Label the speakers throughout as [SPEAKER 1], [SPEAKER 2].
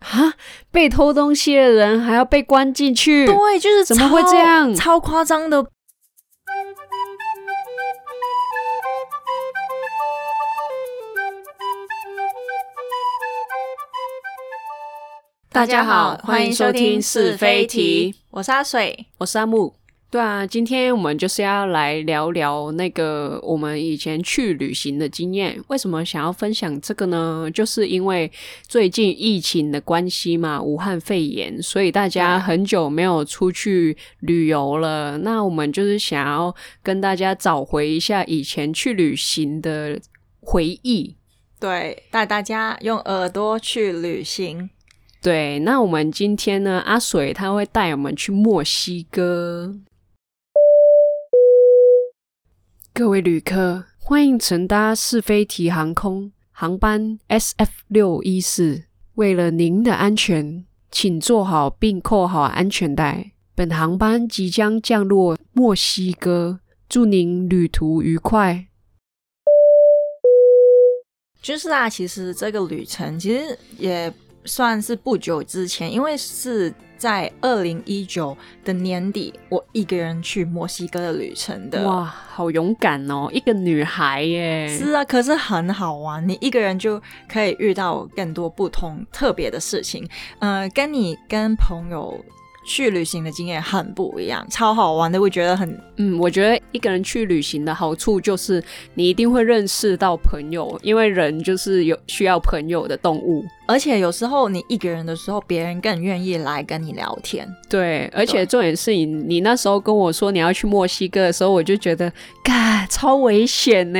[SPEAKER 1] 啊，被偷东西的人还要被关进去，
[SPEAKER 2] 对，就是
[SPEAKER 1] 怎么
[SPEAKER 2] 超
[SPEAKER 1] 会这样
[SPEAKER 2] 超夸张的。
[SPEAKER 1] 大家好欢迎收听是非题，
[SPEAKER 2] 我是阿水。
[SPEAKER 1] 我是阿木。对啊，今天我们就是要来聊聊那个我们以前去旅行的经验。为什么想要分享这个呢？就是因为最近疫情的关系嘛，武汉肺炎，所以大家很久没有出去旅游了。那我们就是想要跟大家找回一下以前去旅行的回忆。
[SPEAKER 2] 对，带大家用耳朵去旅行。
[SPEAKER 1] 对，那我们今天呢，阿水他会带我们去墨西哥。各位旅客，欢迎乘搭是非提航空航班 SF 六一四。为了您的安全，请做好并扣好安全带。本航班即将降落墨西哥，祝您旅途愉快。
[SPEAKER 2] 就是啊，其实这个旅程其实也算是不久之前，因为是在二零一九的年底，我一个人去墨西哥的旅程的。
[SPEAKER 1] 哇，好勇敢哦，一个女孩耶！
[SPEAKER 2] 是啊，可是很好玩。你一个人就可以遇到更多不同特别的事情。呃，跟你跟朋友去旅行的经验很不一样，超好玩的。我觉得很
[SPEAKER 1] 嗯，我觉得一个人去旅行的好处就是，你一定会认识到朋友，因为人就是有需要朋友的动物。
[SPEAKER 2] 而且有时候你一个人的时候，别人更愿意来跟你聊天。
[SPEAKER 1] 对，而且
[SPEAKER 2] 对
[SPEAKER 1] 重点是你，你那时候跟我说你要去墨西哥的时候，我就觉得，嘎，超危险呢。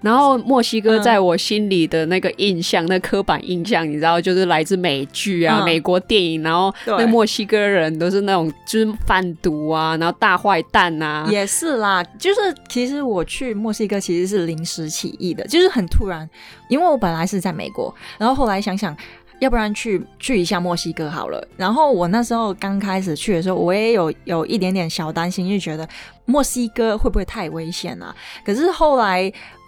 [SPEAKER 1] 然后墨西哥
[SPEAKER 2] 嗯
[SPEAKER 1] 在我心里的那个印象，那刻板印象，你知道，就是来自美剧啊、
[SPEAKER 2] 嗯
[SPEAKER 1] 美国电影，然后
[SPEAKER 2] 对
[SPEAKER 1] 那墨西哥人都是那种就是贩毒啊，然后大坏蛋啊，
[SPEAKER 2] 也是啦，就是其实我去墨西哥其实是临时起意的，就是很突然，因为我本来是在美国，然后后来想想。要不然去去一下墨西哥好了。然后我那时候刚开始去的时候，我也有有一点点小担心，就觉得墨西哥会不会太危险啊？可是后来，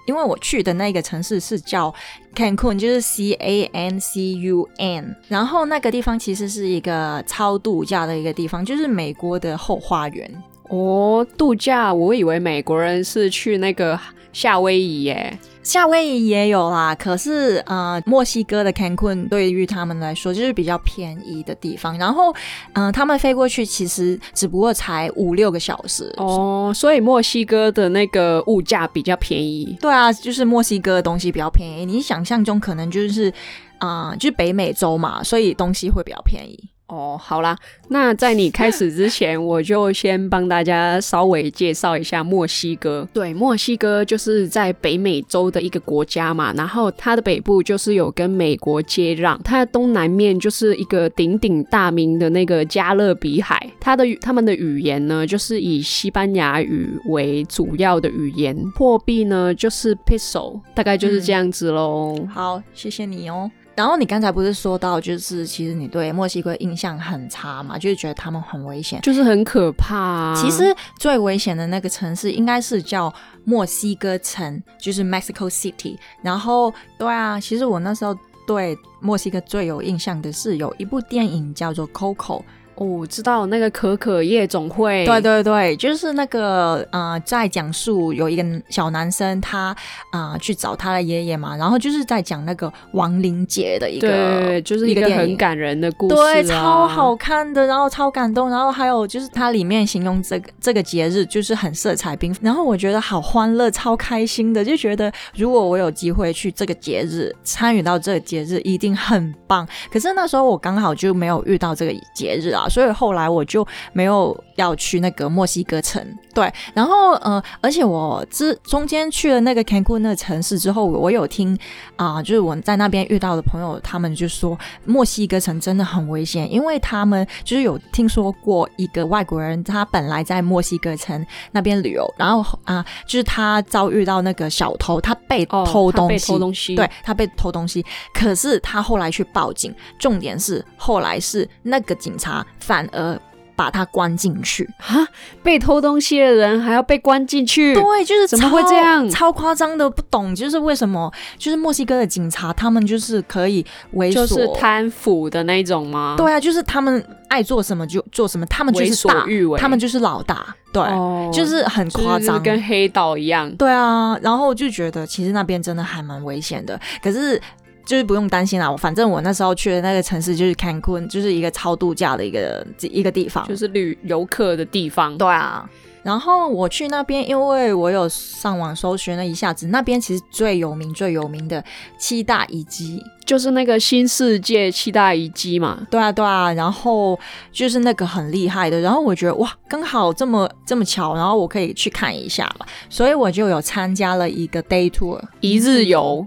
[SPEAKER 2] 因为我去的那个城市是叫 Cancun，就是 C A N C U N，然后那个地方其实是一个超度假的一个地方，就是美国的后花园。
[SPEAKER 1] 哦，度假，我以为美国人是去那个夏威夷耶。
[SPEAKER 2] 夏威夷也有啦，可是呃，墨西哥的 Cancun 对于他们来说就是比较便宜的地方。然后，嗯、他们飞过去其实只不过才五六个小时。
[SPEAKER 1] 哦，所以墨西哥的那个物价比较便宜。
[SPEAKER 2] 对啊，就是墨西哥的东西比较便宜。你想象中可能就是，啊、就是北美洲嘛，所以东西会比较便宜。
[SPEAKER 1] 哦，好啦，那在你开始之前，我就先帮大家稍微介绍一下墨西哥。对，墨西哥就是在北美洲的一个国家嘛，然后它的北部就是有跟美国接壤，它的东南面就是一个鼎鼎大名的那个加勒比海，它的语他们的语言呢就是以西班牙语为主要的语言，货币呢就是 peso，大概就是这样子喽。
[SPEAKER 2] 好，谢谢你哦。然后你刚才不是说到，就是其实你对墨西哥印象很差嘛，就是觉得他们很危险。
[SPEAKER 1] 就是很可怕啊、
[SPEAKER 2] 其实最危险的那个城市应该是叫墨西哥城，就是 Mexico City。然后，对啊，其实我那时候对墨西哥最有印象的是有一部电影叫做《Coco》，
[SPEAKER 1] 哦，知道那个可可夜总会，
[SPEAKER 2] 对对对，就是那个呃，在讲述有一个小男生他啊、呃去找他的爷爷嘛，然后就是在讲那个亡灵节的一个
[SPEAKER 1] 对，就是
[SPEAKER 2] 一
[SPEAKER 1] 一
[SPEAKER 2] 个
[SPEAKER 1] 个
[SPEAKER 2] 电
[SPEAKER 1] 很
[SPEAKER 2] 影
[SPEAKER 1] 感人的故事、啊，
[SPEAKER 2] 对，超好。看的，然后超感动，然后还有就是它里面形容这个这个节日就是很色彩缤纷，然后我觉得好欢乐，超开心的，就觉得如果我有机会去这个节日参与到这个节日，一定很棒。可是那时候我刚好就没有遇到这个节日啊，所以后来我就没有要去那个墨西哥城。对，然后呃，而且我之中间去了那个 Cancun 那个城市之后，我有听啊、就是我在那边遇到的朋友，他们就说墨西哥城真的很危险，因为他们就是有听说过一个外国人，他本来在墨西哥城那边旅游，然后啊、就是他遭遇到那个小偷，他被
[SPEAKER 1] 哦，
[SPEAKER 2] 偷
[SPEAKER 1] 他
[SPEAKER 2] 东
[SPEAKER 1] 被
[SPEAKER 2] 西，
[SPEAKER 1] 偷东西，
[SPEAKER 2] 对，他被偷东西，可是他后来去报警，重点是后来是那个警察反而。把他关进去。
[SPEAKER 1] 啊，被偷东西的人还要被关进去，
[SPEAKER 2] 对，就是
[SPEAKER 1] 嗯怎么
[SPEAKER 2] 超
[SPEAKER 1] 会这样
[SPEAKER 2] 超夸张的，不懂就是为什么，就是墨西哥的警察他们就是可以猥琐，
[SPEAKER 1] 就是贪腐的那一种吗？，
[SPEAKER 2] 对啊，就是他们爱做什么就做什么，他们就
[SPEAKER 1] 为
[SPEAKER 2] 是
[SPEAKER 1] 所
[SPEAKER 2] 大，
[SPEAKER 1] 欲为，
[SPEAKER 2] 他们就是老大，对，
[SPEAKER 1] 哦
[SPEAKER 2] 就是很
[SPEAKER 1] 就是
[SPEAKER 2] 夸张，
[SPEAKER 1] 跟黑道一样。
[SPEAKER 2] 对啊，然后就觉得其实那边真的还蛮危险的，可是。就是不用担心啦，我反正我那时候去的那个城市就是 Cancun，就是一个超度假的一个一个地方，
[SPEAKER 1] 就是旅游客的地方，
[SPEAKER 2] 啊对啊。然后我去那边，因为我有上网搜寻了一下子，那边其实最有名、最有名的七大遗迹，
[SPEAKER 1] 就是那个新世界七大遗迹嘛。
[SPEAKER 2] 对啊，对啊。然后就是那个很厉害的，然后我觉得哇，刚好这么这么巧，然后我可以去看一下吧，所以我就有参加了一个 day tour，
[SPEAKER 1] 一日游，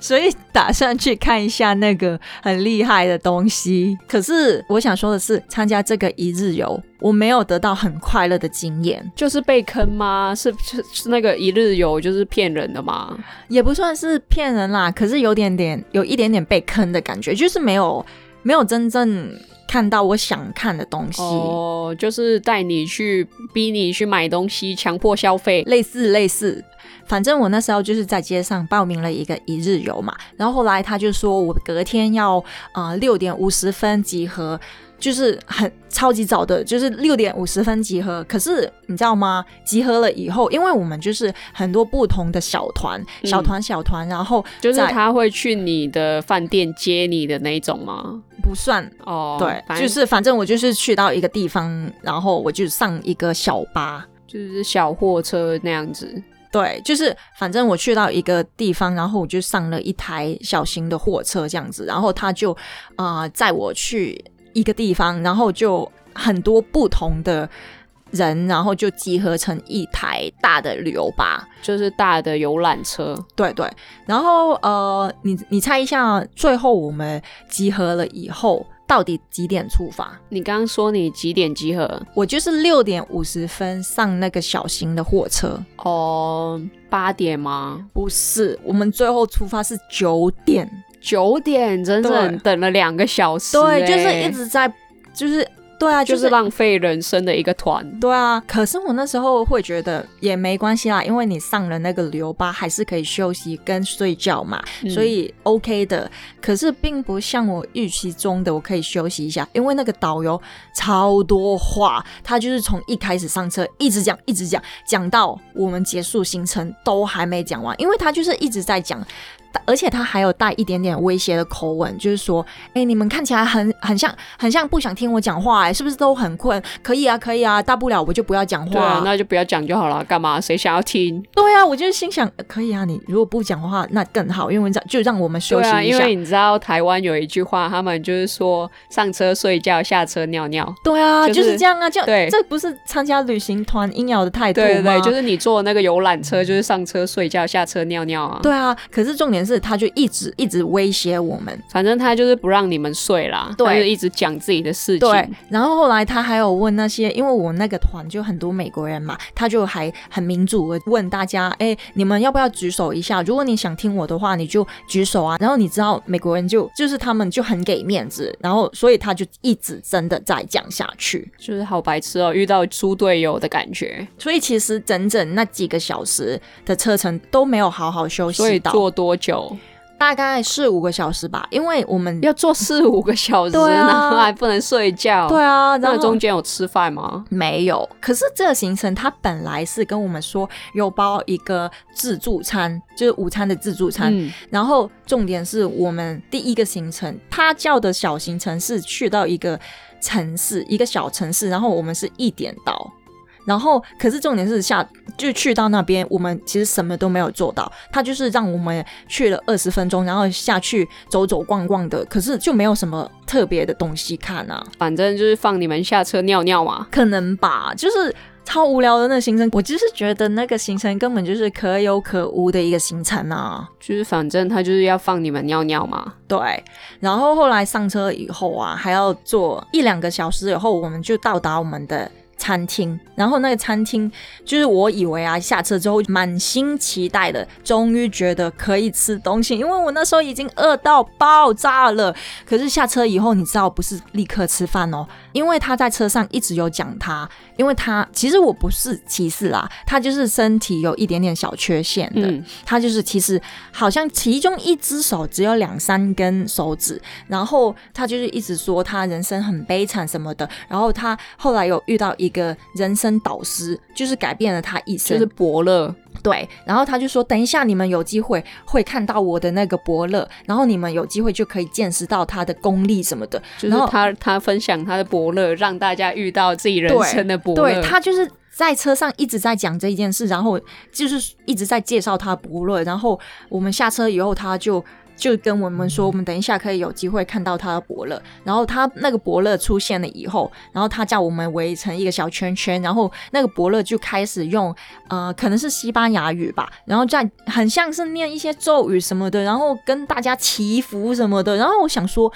[SPEAKER 2] 所以打算去看一下那个很厉害的东西。可是我想说的是，参加这个一日游，我没有得到很快乐的经验。
[SPEAKER 1] 就是被坑吗？是是是那个一日游就是骗人的吗？
[SPEAKER 2] 也不算是骗人啦，可是有点点有一点点被坑的感觉，就是没有没有真正看到我想看的东西，
[SPEAKER 1] 哦，就是带你去逼你去买东西，强迫消费。
[SPEAKER 2] 类似类似。反正我那时候就是在街上报名了一个一日游嘛，然后后来他就说我隔天要呃六点五十分集合，就是很超级早的，就是六点五十分集合。可是你知道吗？集合了以后，因为我们就是很多不同的小团，
[SPEAKER 1] 嗯
[SPEAKER 2] 小团小团，然后
[SPEAKER 1] 就是
[SPEAKER 2] 在
[SPEAKER 1] 他会去你的饭店接你的那一种吗？
[SPEAKER 2] 不算
[SPEAKER 1] 哦，
[SPEAKER 2] 对，
[SPEAKER 1] 反
[SPEAKER 2] 就
[SPEAKER 1] 正
[SPEAKER 2] 是反正我就是去到一个地方，然后我就上一个小巴。
[SPEAKER 1] 就是小货车那样子。
[SPEAKER 2] 对，就是反正我去到一个地方，然后我就上了一台小型的货车这样子，然后他就啊、呃载我去一个地方，然后就很多不同的人，然后就集合成一台大的旅游巴。
[SPEAKER 1] 就是大的游览车，
[SPEAKER 2] 对对，然后呃，你你猜一下，最后我们集合了以后到底几点出发？
[SPEAKER 1] 你刚刚说你几点集合？
[SPEAKER 2] 我就是六点五十分上那个小型的货车，
[SPEAKER 1] 哦，八点吗？
[SPEAKER 2] 不是，我们最后出发是九点，
[SPEAKER 1] 九点，整整
[SPEAKER 2] 对
[SPEAKER 1] 等了两个小时、
[SPEAKER 2] 对，
[SPEAKER 1] 欸
[SPEAKER 2] 就是一直在，就是对啊，
[SPEAKER 1] 就是
[SPEAKER 2] 是。
[SPEAKER 1] 浪费人生的一个团。
[SPEAKER 2] 对啊，可是我那时候会觉得也没关系啦，因为你上了那个旅游巴，还是可以休息跟睡觉嘛，
[SPEAKER 1] 嗯
[SPEAKER 2] 所以 OK 的。可是并不像我预期中的，我可以休息一下，因为那个导游超多话，他就是从一开始上车一直讲，一直讲，讲到我们结束行程都还没讲完，因为他就是一直在讲。而且他还有带一点点威胁的口吻，就是说，哎、你们看起来很很像很像不想听我讲话、哎，是不是都很困？可以啊，可以啊，大不了我就不要讲
[SPEAKER 1] 对
[SPEAKER 2] 话、
[SPEAKER 1] 啊，那就不要讲就好了，干嘛？谁想要听？
[SPEAKER 2] 对啊，我就是心想，呃可以啊，你如果不讲话，那更好，因为这样就让我们休
[SPEAKER 1] 对
[SPEAKER 2] 息
[SPEAKER 1] 啊，
[SPEAKER 2] 一
[SPEAKER 1] 因
[SPEAKER 2] 下。
[SPEAKER 1] 为你知道台湾有一句话，他们就是说上车睡觉，下车尿尿。
[SPEAKER 2] 对啊，
[SPEAKER 1] 就
[SPEAKER 2] 就是是、这样啊，这样
[SPEAKER 1] 对
[SPEAKER 2] 这不是参加旅行团应有的态度吗？
[SPEAKER 1] 对对对，就是你坐那个游览车，就是上车睡觉，下车尿尿啊。
[SPEAKER 2] 对啊。可是重点是，他就一直一直威胁我们。
[SPEAKER 1] 反正他就是不让你们睡啦，
[SPEAKER 2] 对
[SPEAKER 1] 他就是一直讲自己的事情。
[SPEAKER 2] 对，然后后来他还有问那些，因为我那个团就很多美国人嘛，他就还很民主的问大家，哎，你们要不要举手一下？如果你想听我的话，你就举手啊。然后你知道美国人就就是他们就很给面子，然后所以他就一直真的在讲下去。
[SPEAKER 1] 就是好白痴哦，遇到猪队友的感觉，
[SPEAKER 2] 所以其实整整那几个小时的车程都没有好好休
[SPEAKER 1] 所
[SPEAKER 2] 息
[SPEAKER 1] 以
[SPEAKER 2] 到，
[SPEAKER 1] 坐多久？
[SPEAKER 2] 大概四五个小时吧，因为我们
[SPEAKER 1] 要坐四五个小时，
[SPEAKER 2] 对啊
[SPEAKER 1] 然后还不能睡觉。
[SPEAKER 2] 对啊，然
[SPEAKER 1] 那
[SPEAKER 2] 后
[SPEAKER 1] 中间有吃饭吗？
[SPEAKER 2] 没有。可是这个行程它本来是跟我们说有包一个自助餐，就是午餐的自助餐。
[SPEAKER 1] 嗯，
[SPEAKER 2] 然后重点是我们第一个行程，他叫的小行程是去到一个城市，一个小城市，然后我们是一点到。然后，可是重点是下就去到那边，我们其实什么都没有做到。他就是让我们去了二十分钟，然后下去走走逛逛的，可是就没有什么特别的东西看啊，
[SPEAKER 1] 反正就是放你们下车尿尿嘛。
[SPEAKER 2] 可能吧，就是超无聊的那个行程。我就是觉得那个行程根本就是可有可无的一个行程啊。
[SPEAKER 1] 就是反正他就是要放你们尿尿嘛。
[SPEAKER 2] 对，然后后来上车以后啊，还要坐一两个小时以后，我们就到达我们的餐厅，然后那个餐厅就是我以为啊，下车之后满心期待的，终于觉得可以吃东西，因为我那时候已经饿到爆炸了。可是下车以后，你知道不是立刻吃饭哦，因为他在车上一直有讲他，因为他其实我不是歧视啦，他就是身体有一点点小缺陷的，
[SPEAKER 1] 嗯，
[SPEAKER 2] 他就是其实好像其中一只手只有两三根手指，然后他就是一直说他人生很悲惨什么的，然后他后来有遇到一个人生导师，就是改变了他一生，
[SPEAKER 1] 就是伯乐，
[SPEAKER 2] 对，然后他就说，等一下你们有机会会看到我的那个伯乐，然后你们有机会就可以见识到他的功力什么的，
[SPEAKER 1] 就是
[SPEAKER 2] 然后
[SPEAKER 1] 他他分享他的伯乐，让大家遇到自己人生的伯乐。
[SPEAKER 2] 对他就是在车上一直在讲这一件事，然后就是一直在介绍他的伯乐，然后我们下车以后，他就就跟我们说，我们等一下可以有机会看到他的伯乐。然后他那个伯乐出现了以后，然后他叫我们围成一个小圈圈，然后那个伯乐就开始用呃，可能是西班牙语吧，然后再很像是念一些咒语什么的，然后跟大家祈福什么的。然后我想说，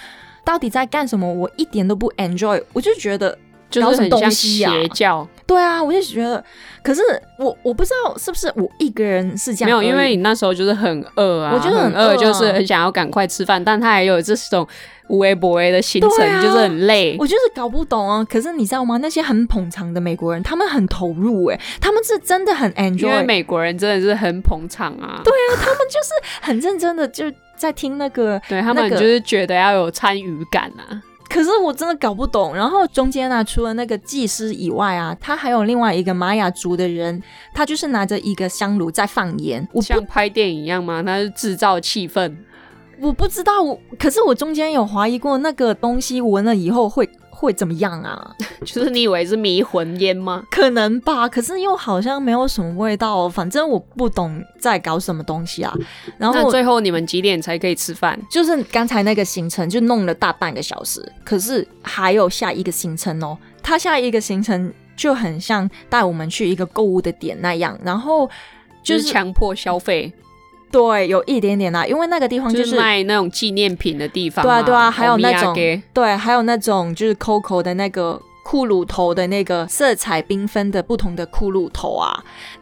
[SPEAKER 2] 到底在干什么？我一点都不 enjoy，我就觉得。
[SPEAKER 1] 就是很
[SPEAKER 2] 搞什么
[SPEAKER 1] 像
[SPEAKER 2] 东西啊
[SPEAKER 1] 邪教，
[SPEAKER 2] 对啊，我就觉得，可是我我不知道是不是我一个人是这
[SPEAKER 1] 没有，
[SPEAKER 2] 样而已，
[SPEAKER 1] 因为你那时候就是很饿啊，
[SPEAKER 2] 我觉得
[SPEAKER 1] 很
[SPEAKER 2] 很饿啊
[SPEAKER 1] 就是很想要赶快吃饭，但他还有这种无微不微的行程，
[SPEAKER 2] 对啊
[SPEAKER 1] 就是很累。
[SPEAKER 2] 我就是搞不懂啊。可是你知道吗？那些很捧场的美国人，他们很投入、欸，他们是真的很
[SPEAKER 1] 因为
[SPEAKER 2] enjoy，
[SPEAKER 1] 美国人真的是很捧场啊，对
[SPEAKER 2] 很认真的就在听那个。
[SPEAKER 1] 他们
[SPEAKER 2] 那个
[SPEAKER 1] 就是觉得要有参与感啊。
[SPEAKER 2] 可是我真的搞不懂。然后中间呢、啊除了那个技师以外啊，他还有另外一个玛雅族的人，他就是拿着一个香炉在放盐。我不
[SPEAKER 1] 像拍电影一样吗？那是制造气氛，
[SPEAKER 2] 我不知道，我可是我中间有怀疑过那个东西闻了以后会会怎么样啊？
[SPEAKER 1] 就是你以为是迷魂烟吗？
[SPEAKER 2] 可能吧，可是又好像没有什么味道，哦反正我不懂在搞什么东西啊。然
[SPEAKER 1] 那
[SPEAKER 2] 后
[SPEAKER 1] 最后你们几点才可以吃饭？
[SPEAKER 2] 就是刚才那个行程就弄了大半个小时，可是还有下一个行程哦。他下一个行程就很像带我们去一个购物的点那样，然后
[SPEAKER 1] 就
[SPEAKER 2] 就是是
[SPEAKER 1] 强迫消费，
[SPEAKER 2] 对，有一点点啦、因为那个地方
[SPEAKER 1] 就
[SPEAKER 2] 就是是
[SPEAKER 1] 卖那种纪念品的地方
[SPEAKER 2] 对
[SPEAKER 1] 嘛。哦
[SPEAKER 2] 啊对啊还有那种
[SPEAKER 1] omiyage
[SPEAKER 2] 对，还有那种就是 Coco 的那个骷髅头的那个色彩缤纷的不同的骷髅头啊，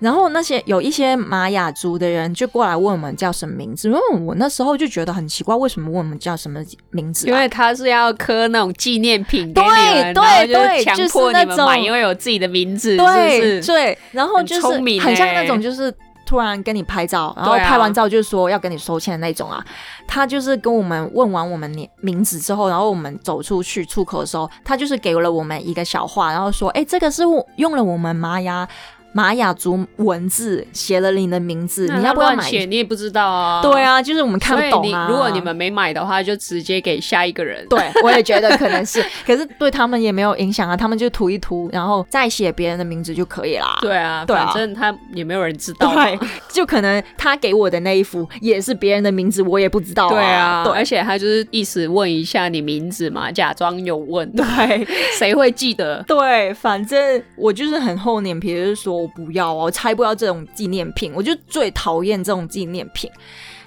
[SPEAKER 2] 然后那些有一些玛雅族的人就过来问我们叫什么名字，因为我那时候就觉得很奇怪，为什么问我们叫什么名字、啊？
[SPEAKER 1] 因为他是要刻那种纪念品给你们，
[SPEAKER 2] 对
[SPEAKER 1] 然后
[SPEAKER 2] 对对
[SPEAKER 1] 是强迫
[SPEAKER 2] 就是
[SPEAKER 1] 你
[SPEAKER 2] 那
[SPEAKER 1] 们
[SPEAKER 2] 种
[SPEAKER 1] 买，因为有自己的名字，是不
[SPEAKER 2] 对
[SPEAKER 1] 是？
[SPEAKER 2] 对，然后就是
[SPEAKER 1] 很聪明
[SPEAKER 2] 很像
[SPEAKER 1] 欸
[SPEAKER 2] 那种就是。突然跟你拍照，然后
[SPEAKER 1] 对啊
[SPEAKER 2] 拍完照就说要跟你收钱的那种啊。他就是跟我们问完我们名名字之后，然后我们走出去出口的时候，他就是给了我们一个小话，然后说：“哎、这个是我用了我们玛雅玛雅族文字写了你的名字，
[SPEAKER 1] 那
[SPEAKER 2] 你
[SPEAKER 1] 他
[SPEAKER 2] 要不要
[SPEAKER 1] 乱
[SPEAKER 2] 买？”
[SPEAKER 1] 写你也不知道啊。
[SPEAKER 2] 对，啊，就是我们看
[SPEAKER 1] 所
[SPEAKER 2] 不
[SPEAKER 1] 以
[SPEAKER 2] 懂
[SPEAKER 1] 你
[SPEAKER 2] 啊。
[SPEAKER 1] 如果你们没买的话，就直接给下一个人。
[SPEAKER 2] 对，我也觉得可能是，可是对他们也没有影响啊，他们就涂一涂，然后再写别人的名字就可以啦。
[SPEAKER 1] 对啊，
[SPEAKER 2] 对啊
[SPEAKER 1] 反正他也没有人知道嘛。
[SPEAKER 2] 对，就可能他给我的那一幅也是别人的名字，我也不知道、
[SPEAKER 1] 对啊，
[SPEAKER 2] 对
[SPEAKER 1] 而且他就是意思问一下你名字嘛，假装有问，
[SPEAKER 2] 对
[SPEAKER 1] 谁会记得？
[SPEAKER 2] 对，反正我就是很厚脸皮，就是说我不要啊，我拆不要这种纪念品，我就最讨厌这种纪念品。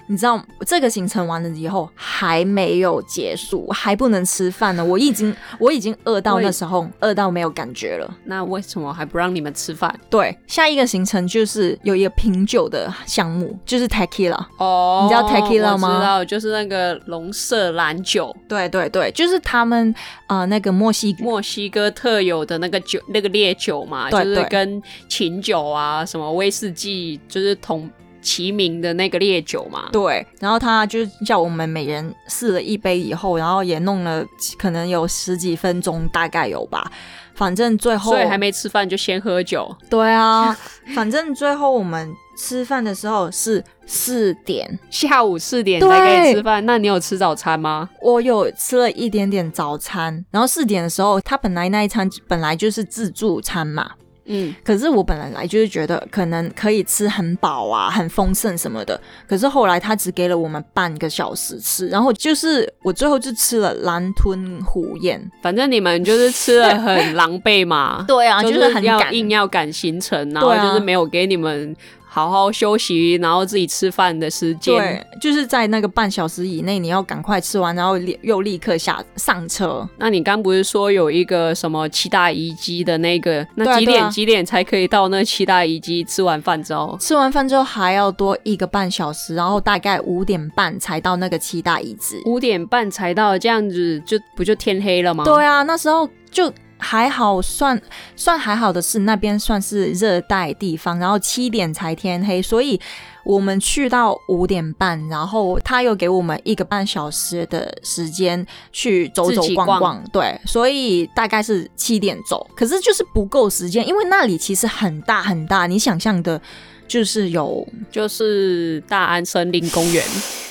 [SPEAKER 2] 你知道这个行程完了以后还没有结束，还不能吃饭呢。我已 经我已经饿到
[SPEAKER 1] 我也
[SPEAKER 2] 那时候饿到没有感觉了。
[SPEAKER 1] 那为什么还不让你们吃饭？
[SPEAKER 2] 对，下一个行程就是有一个品酒的项目，就是 tequila。
[SPEAKER 1] 哦
[SPEAKER 2] 你知道 tequila
[SPEAKER 1] 我
[SPEAKER 2] 吗
[SPEAKER 1] 知道，就是那个龙舌兰酒，
[SPEAKER 2] 对对对，就是他们呃那个墨西哥
[SPEAKER 1] 墨西哥特有的那个酒，那个烈酒嘛，
[SPEAKER 2] 对
[SPEAKER 1] 就是
[SPEAKER 2] 对
[SPEAKER 1] 跟琴酒啊、什么威士忌，就是同齐名的那个烈酒嘛。
[SPEAKER 2] 对，然后他就叫我们每人试了一杯以后，然后也弄了可能有十几分钟，大概有吧。反正最后
[SPEAKER 1] 所以还没吃饭就先喝酒，
[SPEAKER 2] 对 啊，反正最后我们吃饭的时候是四点，
[SPEAKER 1] 下午四点
[SPEAKER 2] 对
[SPEAKER 1] 才可以吃饭。那你有吃早餐吗？
[SPEAKER 2] 我有吃了一点点早餐，然后四点的时候，他本来那一餐本来就是自助餐嘛，
[SPEAKER 1] 嗯，
[SPEAKER 2] 可是我本来就是觉得可能可以吃很饱啊，很丰盛什么的。可是后来他只给了我们半个小时吃，然后就是我最后就吃了蓝吞虎咽。
[SPEAKER 1] 反正你们就是吃的很狼狈嘛
[SPEAKER 2] 。对啊
[SPEAKER 1] 就
[SPEAKER 2] 就是很
[SPEAKER 1] 要
[SPEAKER 2] 赶
[SPEAKER 1] 硬要赶行程，然后
[SPEAKER 2] 对啊
[SPEAKER 1] 就是没有给你们好好休息，然后自己吃饭的时间。
[SPEAKER 2] 对，就是在那个半小时以内，你要赶快吃完，然后立又立刻下上车。
[SPEAKER 1] 那你刚不是说有一个什么七大遗迹的那个？
[SPEAKER 2] 对
[SPEAKER 1] 那
[SPEAKER 2] 啊
[SPEAKER 1] 几
[SPEAKER 2] 对
[SPEAKER 1] 点
[SPEAKER 2] 啊
[SPEAKER 1] 几点才可以到那七大遗迹？吃完饭之后，
[SPEAKER 2] 吃完饭之后还要多一个半小时，然后大概五点半才到那个七大遗址。
[SPEAKER 1] 五点半才到，这样子就不就天黑了吗？
[SPEAKER 2] 对啊，那时候就还好算，算还好的是那边算是热带地方，然后七点才天黑，所以我们去到五点半，然后他又给我们一个半小时的时间去走
[SPEAKER 1] 自
[SPEAKER 2] 走
[SPEAKER 1] 己
[SPEAKER 2] 逛
[SPEAKER 1] 逛
[SPEAKER 2] 逛，对，所以大概是七点走，可是就是不够时间，因为那里其实很大很大，你想象的。就是有
[SPEAKER 1] 就是大安森林公园，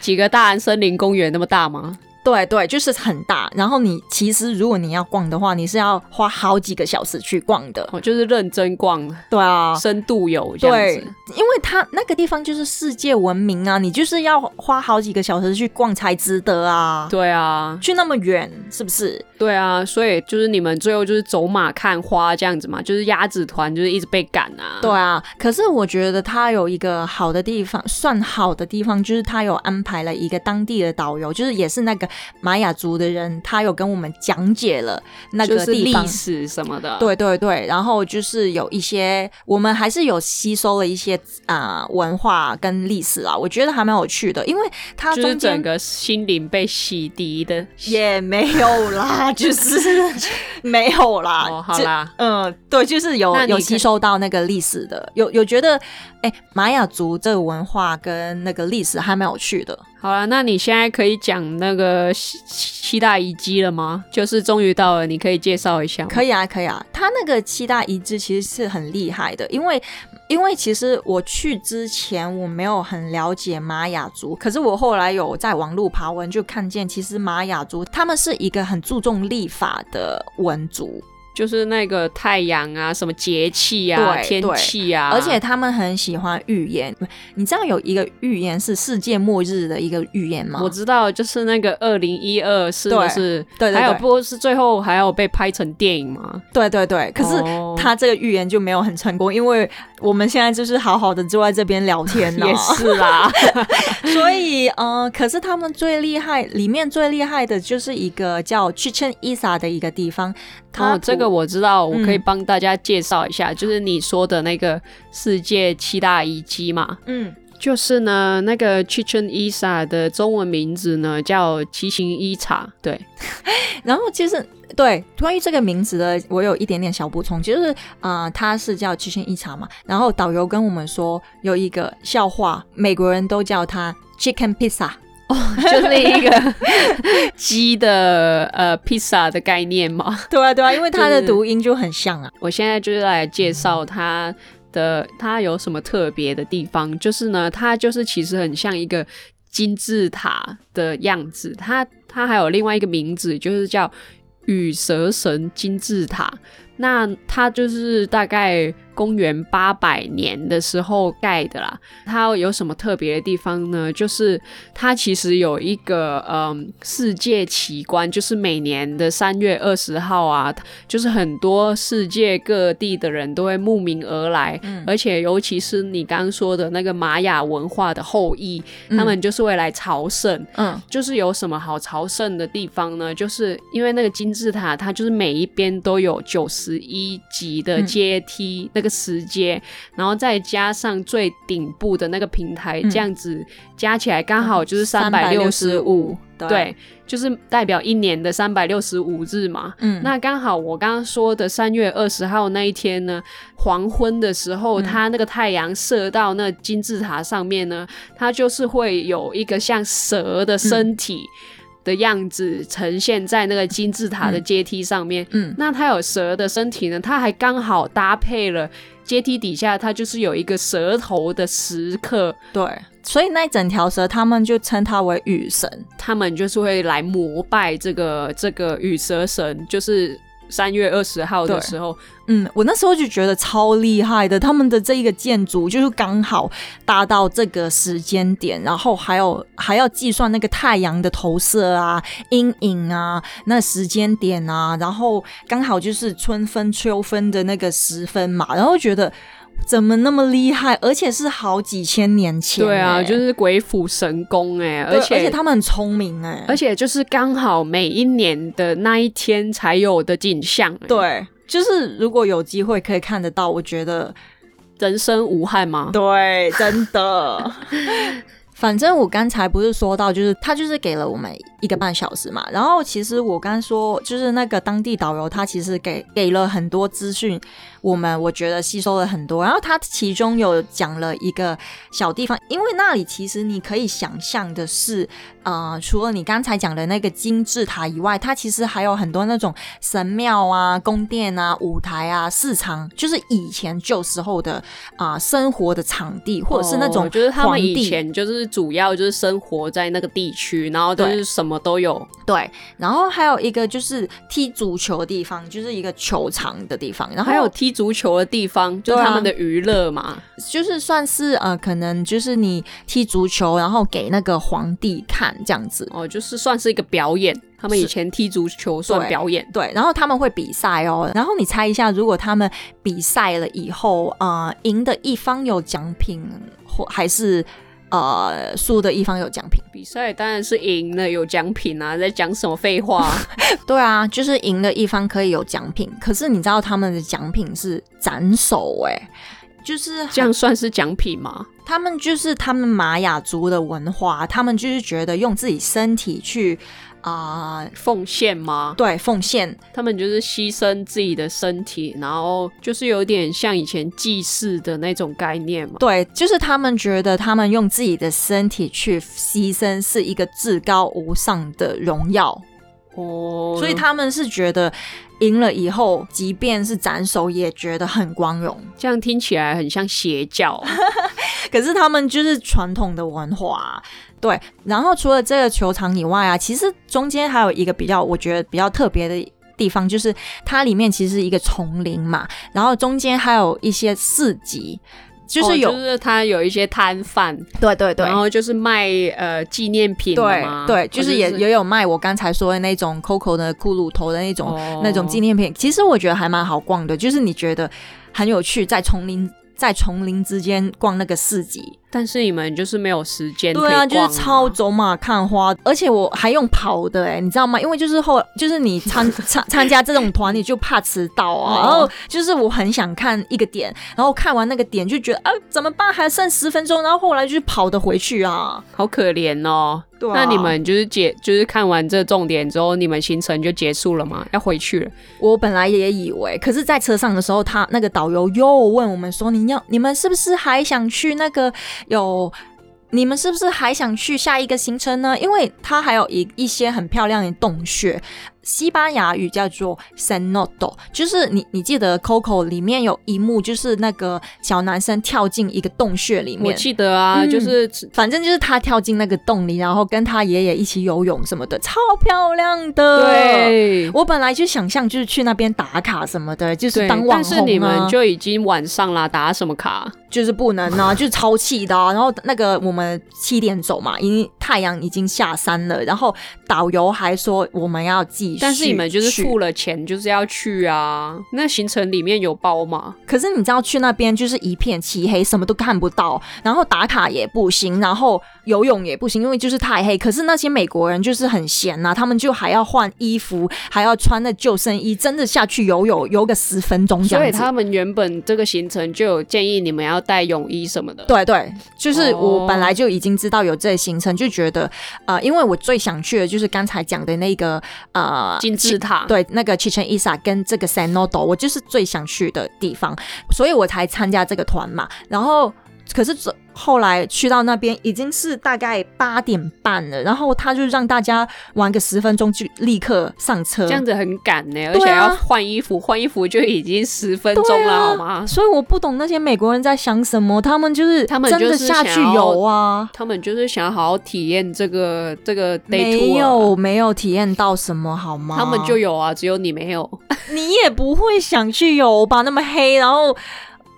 [SPEAKER 1] 几个大安森林公园那么大吗？
[SPEAKER 2] 对对，就是很大。然后你其实如果你要逛的话，你是要花好几个小时去逛的。
[SPEAKER 1] 哦，就是认真逛，
[SPEAKER 2] 对啊，
[SPEAKER 1] 深度游这样
[SPEAKER 2] 对
[SPEAKER 1] 子。，
[SPEAKER 2] 因为它那个地方就是世界闻名啊，你就是要花好几个小时去逛才值得啊。
[SPEAKER 1] 对啊，
[SPEAKER 2] 去那么远，是不是？
[SPEAKER 1] 对啊，所以就是你们最后就是走马看花这样子嘛，就是鸭子团就是一直被赶啊。
[SPEAKER 2] 对啊，可是我觉得它有一个好的地方，算好的地方就是它有安排了一个当地的导游，就是也是那个玛雅族的人，他有跟我们讲解了那
[SPEAKER 1] 就
[SPEAKER 2] 个
[SPEAKER 1] 是
[SPEAKER 2] 地
[SPEAKER 1] 历
[SPEAKER 2] 方。
[SPEAKER 1] 史什么的。
[SPEAKER 2] 对对对，然后就是有一些，我们还是有吸收了一些啊、呃文化跟历史啊，我觉得还蛮有趣的，因为它
[SPEAKER 1] 就是
[SPEAKER 2] 中间
[SPEAKER 1] 整个心灵被洗涤的。
[SPEAKER 2] 也没有 啦，就是没有啦。
[SPEAKER 1] 哦，好
[SPEAKER 2] 啊这
[SPEAKER 1] 啦，
[SPEAKER 2] 嗯，对，就是有
[SPEAKER 1] 那你
[SPEAKER 2] 有
[SPEAKER 1] 可
[SPEAKER 2] 吸收到那个历史的，有有觉得，哎、玛雅族这个文化跟那个历史还蛮有趣的。
[SPEAKER 1] 好啦，那你现在可以讲那个七七大遗迹了吗？就是终于到了，你可以介绍一下吗。
[SPEAKER 2] 可以啊，可以啊，它那个七大遗址其实是很厉害的，因为因为其实我去之前我没有很了解玛雅族，可是我后来有在网络爬文就看见，其实玛雅族他们是一个很注重历法的文族，
[SPEAKER 1] 就是那个太阳啊，什么节气啊，
[SPEAKER 2] 对
[SPEAKER 1] 天
[SPEAKER 2] 对
[SPEAKER 1] 气啊，
[SPEAKER 2] 而且他们很喜欢预言。你知道有一个预言是世界末日的一个预言吗？
[SPEAKER 1] 我知道，就是那个二零一二是不
[SPEAKER 2] 对
[SPEAKER 1] 是？
[SPEAKER 2] 对对
[SPEAKER 1] 还有
[SPEAKER 2] 对
[SPEAKER 1] 不是最后还有被拍成电影吗？
[SPEAKER 2] 对对对，可是
[SPEAKER 1] 哦
[SPEAKER 2] 他这个预言就没有很成功，因为我们现在就是好好的坐在这边聊天 呢、
[SPEAKER 1] 也是 啦，哦
[SPEAKER 2] 所以呃，可是他们最厉害，里面最厉害的就是一个叫 Chichen Itza 的一个地方。它
[SPEAKER 1] 哦，这个
[SPEAKER 2] 不
[SPEAKER 1] 我知道，我可以
[SPEAKER 2] 嗯
[SPEAKER 1] 帮大家介绍一下，就是你说的那个世界七大遗迹嘛，
[SPEAKER 2] 嗯
[SPEAKER 1] 就是呢，那个 Chichen Itza 的中文名字呢叫奇形伊察，对，
[SPEAKER 2] 然后其实对关于这个名字的，我有一点点小补充，就是呃，它是叫七星一茶嘛。然后导游跟我们说有一个笑话，美国人都叫它 Chicken Pizza。
[SPEAKER 1] 就是一个鸡的呃披萨的概念嘛。
[SPEAKER 2] 对啊，对啊，因为它的
[SPEAKER 1] 对对对
[SPEAKER 2] 读音就很像啊。
[SPEAKER 1] 我现在就是来介绍它的，它有什么特别的地方？就是呢，它就是其实很像一个金字塔的样子。它它还有另外一个名字，就是叫羽蛇神金字塔。那它就是大概公元八百年的时候盖的啦。它有什么特别的地方呢？就是它其实有一个嗯世界奇观，就是每年的三月二十号啊，就是很多世界各地的人都会慕名而来，
[SPEAKER 2] 嗯
[SPEAKER 1] 而且尤其是你刚刚说的那个玛雅文化的后裔，
[SPEAKER 2] 嗯
[SPEAKER 1] 他们就是会来朝圣。
[SPEAKER 2] 嗯
[SPEAKER 1] 就是有什么好朝圣的地方呢？就是因为那个金字塔，它就是每一边都有九十一级的
[SPEAKER 2] 嗯
[SPEAKER 1] 阶梯，那个石阶，然后再加上最顶部的那个平台，
[SPEAKER 2] 嗯
[SPEAKER 1] 这样子加起来刚好就是三百六十
[SPEAKER 2] 365
[SPEAKER 1] 五，
[SPEAKER 2] 对
[SPEAKER 1] 对，就是代表一年的三百六十五日嘛。
[SPEAKER 2] 嗯
[SPEAKER 1] 那刚好我刚刚说的三月二十号那一天呢，黄昏的时候，
[SPEAKER 2] 嗯
[SPEAKER 1] 它那个太阳射到那金字塔上面呢，它就是会有一个像蛇的身体的样子呈现在那个金字塔的阶梯上面。
[SPEAKER 2] 嗯
[SPEAKER 1] 那它有蛇的身体呢，它还刚好搭配了阶梯底下，它就是有一个蛇头的石刻，
[SPEAKER 2] 对，所以那一整条蛇他们就称它为雨神。
[SPEAKER 1] 他们就是会来膜拜这个这个羽蛇神，就是。三月二十号的
[SPEAKER 2] 对
[SPEAKER 1] 时候，
[SPEAKER 2] 嗯，我那时候就觉得超厉害的，他们的这一个建筑就是刚好搭到这个时间点，然后还有还要计算那个太阳的投射啊、阴影啊、那时间点啊，然后刚好就是春分、秋分的那个时分嘛，然后觉得怎么那么厉害？而且是好几千年前欸、
[SPEAKER 1] 对啊，就是鬼斧神工哎、
[SPEAKER 2] 对
[SPEAKER 1] 而且
[SPEAKER 2] 而且他们很聪明哎、
[SPEAKER 1] 而且就是刚好每一年的那一天才有的景象、欸，，
[SPEAKER 2] 对，就是如果有机会可以看得到，我觉得
[SPEAKER 1] 人生无憾吗？
[SPEAKER 2] 对，真的。 反正我刚才不是说到，就是他就是给了我们一个半小时嘛。然后其实我刚说，就是那个当地导游他其实给给了很多资讯，我们我觉得吸收了很多。然后他其中有讲了一个小地方，因为那里其实你可以想象的是，呃，除了你刚才讲的那个金字塔以外，它其实还有很多那种神庙啊、宫殿啊、舞台啊、市场，就是以前旧时候的啊、生活的场地，或者是那种、
[SPEAKER 1] 哦就是他们以前就是主要就是生活在那个地区，然后就是什么都有，
[SPEAKER 2] 对，然后还有一个就是踢足球的地方，就是一个球场的地方，然后
[SPEAKER 1] 还有踢足球的地方，就是
[SPEAKER 2] 对啊
[SPEAKER 1] 他们的娱乐嘛。
[SPEAKER 2] 啊就是算是呃，可能就是你踢足球，然后给那个皇帝看这样子。
[SPEAKER 1] 哦，就是算是一个表演。他们以前踢足球算
[SPEAKER 2] 对
[SPEAKER 1] 表演，
[SPEAKER 2] 对，然后他们会比赛哦。然后你猜一下，如果他们比赛了以后，呃，赢的一方有奖品，或还是呃输的一方有奖品？
[SPEAKER 1] 比赛当然是赢了有奖品啊，在讲什么废话、
[SPEAKER 2] 对啊，就是赢的一方可以有奖品，可是你知道他们的奖品是斩首哎、就是
[SPEAKER 1] 这样算是奖品吗？
[SPEAKER 2] 他们就是他们玛雅族的文化，他们就是觉得用自己身体去啊、
[SPEAKER 1] 奉献吗？
[SPEAKER 2] 对奉献，
[SPEAKER 1] 他们就是牺牲自己的身体，然后就是有点像以前祭祀的那种概念嘛。
[SPEAKER 2] 对，就是他们觉得他们用自己的身体去牺牲是一个至高无上的荣耀，
[SPEAKER 1] 哦，
[SPEAKER 2] 所以他们是觉得赢了以后，即便是斩首也觉得很光荣。
[SPEAKER 1] 这样听起来很像邪教。
[SPEAKER 2] 可是他们就是传统的文化啊、对。然后除了这个球场以外啊，其实中间还有一个比较，我觉得比较特别的地方，就是它里面其实是一个丛林嘛，然后中间还有一些市集， 就是有、
[SPEAKER 1] 哦就是他有一些摊贩，
[SPEAKER 2] 对对对
[SPEAKER 1] 然。后就是卖呃纪念品的
[SPEAKER 2] 对
[SPEAKER 1] 嘛
[SPEAKER 2] 对，就是也、
[SPEAKER 1] 哦
[SPEAKER 2] 也有卖我刚才说的那种 Coco 的骷髅头的那种、
[SPEAKER 1] 哦
[SPEAKER 2] 那种纪念品，其实我觉得还蛮好逛的，就是你觉得很有趣，在丛林在丛林之间逛那个市集，
[SPEAKER 1] 哦但是你们就是没有时间可以
[SPEAKER 2] 对
[SPEAKER 1] 逛、
[SPEAKER 2] 啊，就是超走马看花，而且我还用跑的哎、你知道吗？因为就是后就是你参 参参加这种团，你就怕迟到
[SPEAKER 1] 哦
[SPEAKER 2] 啊。然后就是我很想看一个点，然后看完那个点就觉得啊怎么办？还剩十分钟，然后后来就跑的回去啊。
[SPEAKER 1] 好可怜哦。
[SPEAKER 2] 对啊
[SPEAKER 1] 那你们就是解，就是看完这重点之后，你们行程就结束了吗？要回去了？
[SPEAKER 2] 我本来也以为，可是，在车上的时候，他那个导游又问我们说：“你要你们是不是还想去那个有？”你们是不是还想去下一个行程呢？因为它还有一一些很漂亮的洞穴，西班牙语叫做 s e n o d o 就是你你记得 Coco 里面有一幕，就是那个小男生跳进一个洞穴里
[SPEAKER 1] 我
[SPEAKER 2] 面，
[SPEAKER 1] 记得啊，
[SPEAKER 2] 嗯
[SPEAKER 1] 就是
[SPEAKER 2] 反正就是他跳进那个洞里，然后跟他爷爷一起游泳什么的，超漂亮的。
[SPEAKER 1] 对。
[SPEAKER 2] 我本来就想象就是去那边打卡什么的，就是
[SPEAKER 1] 对，
[SPEAKER 2] 当网
[SPEAKER 1] 但
[SPEAKER 2] 红、啊、
[SPEAKER 1] 是你们就已经晚上啦，打什么卡？
[SPEAKER 2] 就是不能 啊，就是超气的、啊。然后那个我们七点走嘛，已经太阳已经下山了，然后导游还说我们要继续，
[SPEAKER 1] 但是你们就是付。了钱，就是要去啊。那行程里面有包吗？
[SPEAKER 2] 可是你知道去那边就是一片漆黑，什么都看不到，然后打卡也不行，然后游泳也不行，因为就是太黑。可是那些美国人就是很闲呐、他们就还要换衣服，还要穿那救生衣，真的下去游泳，游个十分钟这
[SPEAKER 1] 所以
[SPEAKER 2] 样子。
[SPEAKER 1] 他们原本这个行程就有建议你们要带泳衣什么的。
[SPEAKER 2] 对对，就是我
[SPEAKER 1] 哦
[SPEAKER 2] 本来就已经知道有这个行程，就觉得呃，因为我最想去的就是刚才讲的那个呃
[SPEAKER 1] 金字塔。
[SPEAKER 2] 对，那个 Chichen Itza 跟这个 San Nodo，我就是最想去的地方，所以我才参加这个团嘛。然后，可是走后来去到那边已经是大概八点半了，然后他就让大家玩个十分钟就立刻上车，
[SPEAKER 1] 这样子很赶呢、而
[SPEAKER 2] 啊对
[SPEAKER 1] 且
[SPEAKER 2] 啊
[SPEAKER 1] 要换衣服，换衣服就已经十分钟
[SPEAKER 2] 对
[SPEAKER 1] 了，
[SPEAKER 2] 啊
[SPEAKER 1] 好吗？
[SPEAKER 2] 所以我不懂那些美国人在想什么，他们就是
[SPEAKER 1] 他们
[SPEAKER 2] 真的
[SPEAKER 1] 就是
[SPEAKER 2] 下
[SPEAKER 1] 想
[SPEAKER 2] 去
[SPEAKER 1] 要
[SPEAKER 2] 游啊。
[SPEAKER 1] 他们就是想要好好体验这个这个 day tour，
[SPEAKER 2] 没有没有体验到什么好吗？
[SPEAKER 1] 他们就有啊，只有你没有。
[SPEAKER 2] 你也不会想去游吧？那么黑，然后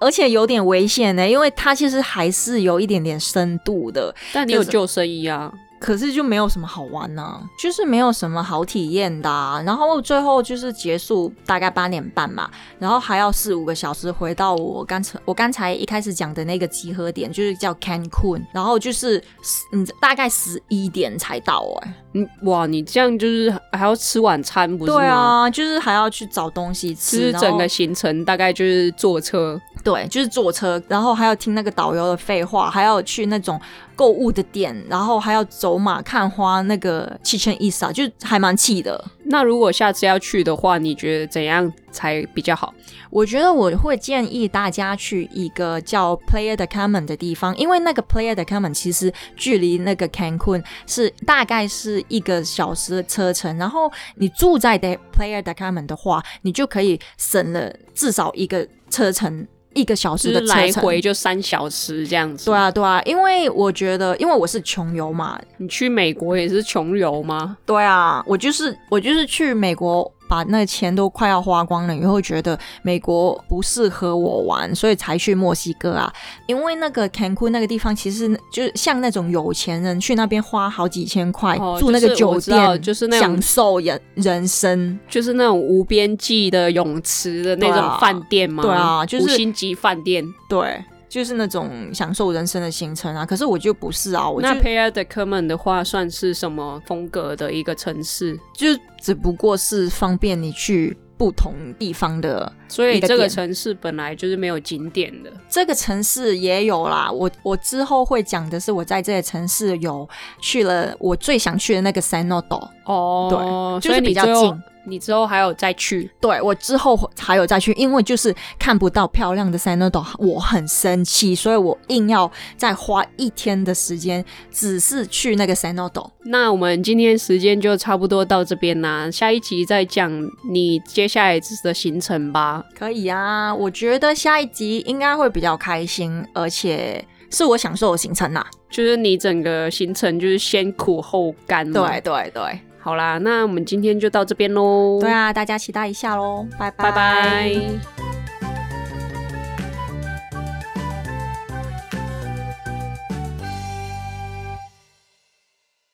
[SPEAKER 2] 而且有点危险呢、因为它其实还是有一点点深度的。
[SPEAKER 1] 但你有
[SPEAKER 2] 就是
[SPEAKER 1] 救生衣啊，
[SPEAKER 2] 可是就没有什么好玩呢、就是没有什么好体验的啊、然后最后就是结束大概八点半嘛，然后还要四五个小时回到我刚才我刚才一开始讲的那个集合点，就是叫 Cancun，然后就是嗯大概十一点才到哎、
[SPEAKER 1] 嗯，哇，你这样就是还要吃晚餐，不是吗？
[SPEAKER 2] 对，啊，就是还要去找东西
[SPEAKER 1] 就
[SPEAKER 2] 吃，
[SPEAKER 1] 是整个
[SPEAKER 2] 然后
[SPEAKER 1] 行程大概就是坐车，
[SPEAKER 2] 对，就是坐车，然后还要听那个导游的废话，还要去那种购物的店，然后还要走马看花，那个气圈意思啊，就是还蛮气的。
[SPEAKER 1] 那如果下次要去的话，你觉得怎样才比较好？
[SPEAKER 2] 我觉得我会建议大家去一个叫 Playa de Carmen 的地方，因为那个 Playa de Carmen 其实距离那个 Cancun 是大概是一个小时的车程。然后你住在的 Playa de Carmen 的话，你就可以省了至少一个车程，一个小
[SPEAKER 1] 就
[SPEAKER 2] 时
[SPEAKER 1] 是
[SPEAKER 2] 的
[SPEAKER 1] 来
[SPEAKER 2] 车程。
[SPEAKER 1] 回就三小时这样子。
[SPEAKER 2] 对，啊，对啊，因为我觉得，因为我是穷游嘛，
[SPEAKER 1] 你去美国也是穷游吗？
[SPEAKER 2] 对啊，我就是我就是去美国把那钱都快要花光了，以后觉得美国不适合我玩，所以才去墨西哥啊。因为那个 Cancun 那个地方，其实就是像那种有钱人去那边花好几千块、
[SPEAKER 1] 哦
[SPEAKER 2] 住那个
[SPEAKER 1] 就是我
[SPEAKER 2] 酒
[SPEAKER 1] 知道
[SPEAKER 2] 店，
[SPEAKER 1] 就是那种
[SPEAKER 2] 享受人人生。
[SPEAKER 1] 就是那种无边际的泳池的那
[SPEAKER 2] 对
[SPEAKER 1] 种
[SPEAKER 2] 啊
[SPEAKER 1] 饭店吗？
[SPEAKER 2] 对啊就是
[SPEAKER 1] 五星级饭店。
[SPEAKER 2] 对，就是那种享受人生的行程啊。可是我就不是啊，我就
[SPEAKER 1] 那 p a y r de c a r m e n 的话，算是什么风格的一个城市？
[SPEAKER 2] 就只不过是方便你去不同地方的
[SPEAKER 1] 所以
[SPEAKER 2] 一个
[SPEAKER 1] 这个
[SPEAKER 2] 点
[SPEAKER 1] 城市本来就是没有景点的，
[SPEAKER 2] 这个城市也有啦，我我之后会讲的是我在这个城市有去了我最想去的那个 San o d o
[SPEAKER 1] 哦，
[SPEAKER 2] 对
[SPEAKER 1] 所以
[SPEAKER 2] 就是
[SPEAKER 1] 你
[SPEAKER 2] 比较
[SPEAKER 1] 最后
[SPEAKER 2] 近
[SPEAKER 1] 你之后还有再去，
[SPEAKER 2] 对我之后还有再去，因为就是看不到漂亮的 San o d o 我很生气，所以我硬要再花一天的时间，只是去那个 San o d o
[SPEAKER 1] 那我们今天时间就差不多到这边啦，下一集再讲你接下来的行程吧。
[SPEAKER 2] 可以啊，我觉得下一集应该会比较开心，而且是我享受的行程啦。
[SPEAKER 1] 就是你整个行程就是先苦后甘嘛。
[SPEAKER 2] 对，对对，
[SPEAKER 1] 好啦，那我们今天就到这边喽。
[SPEAKER 2] 对，啊，大家期待一下喽，拜
[SPEAKER 1] 拜
[SPEAKER 2] 啊拜
[SPEAKER 1] 拜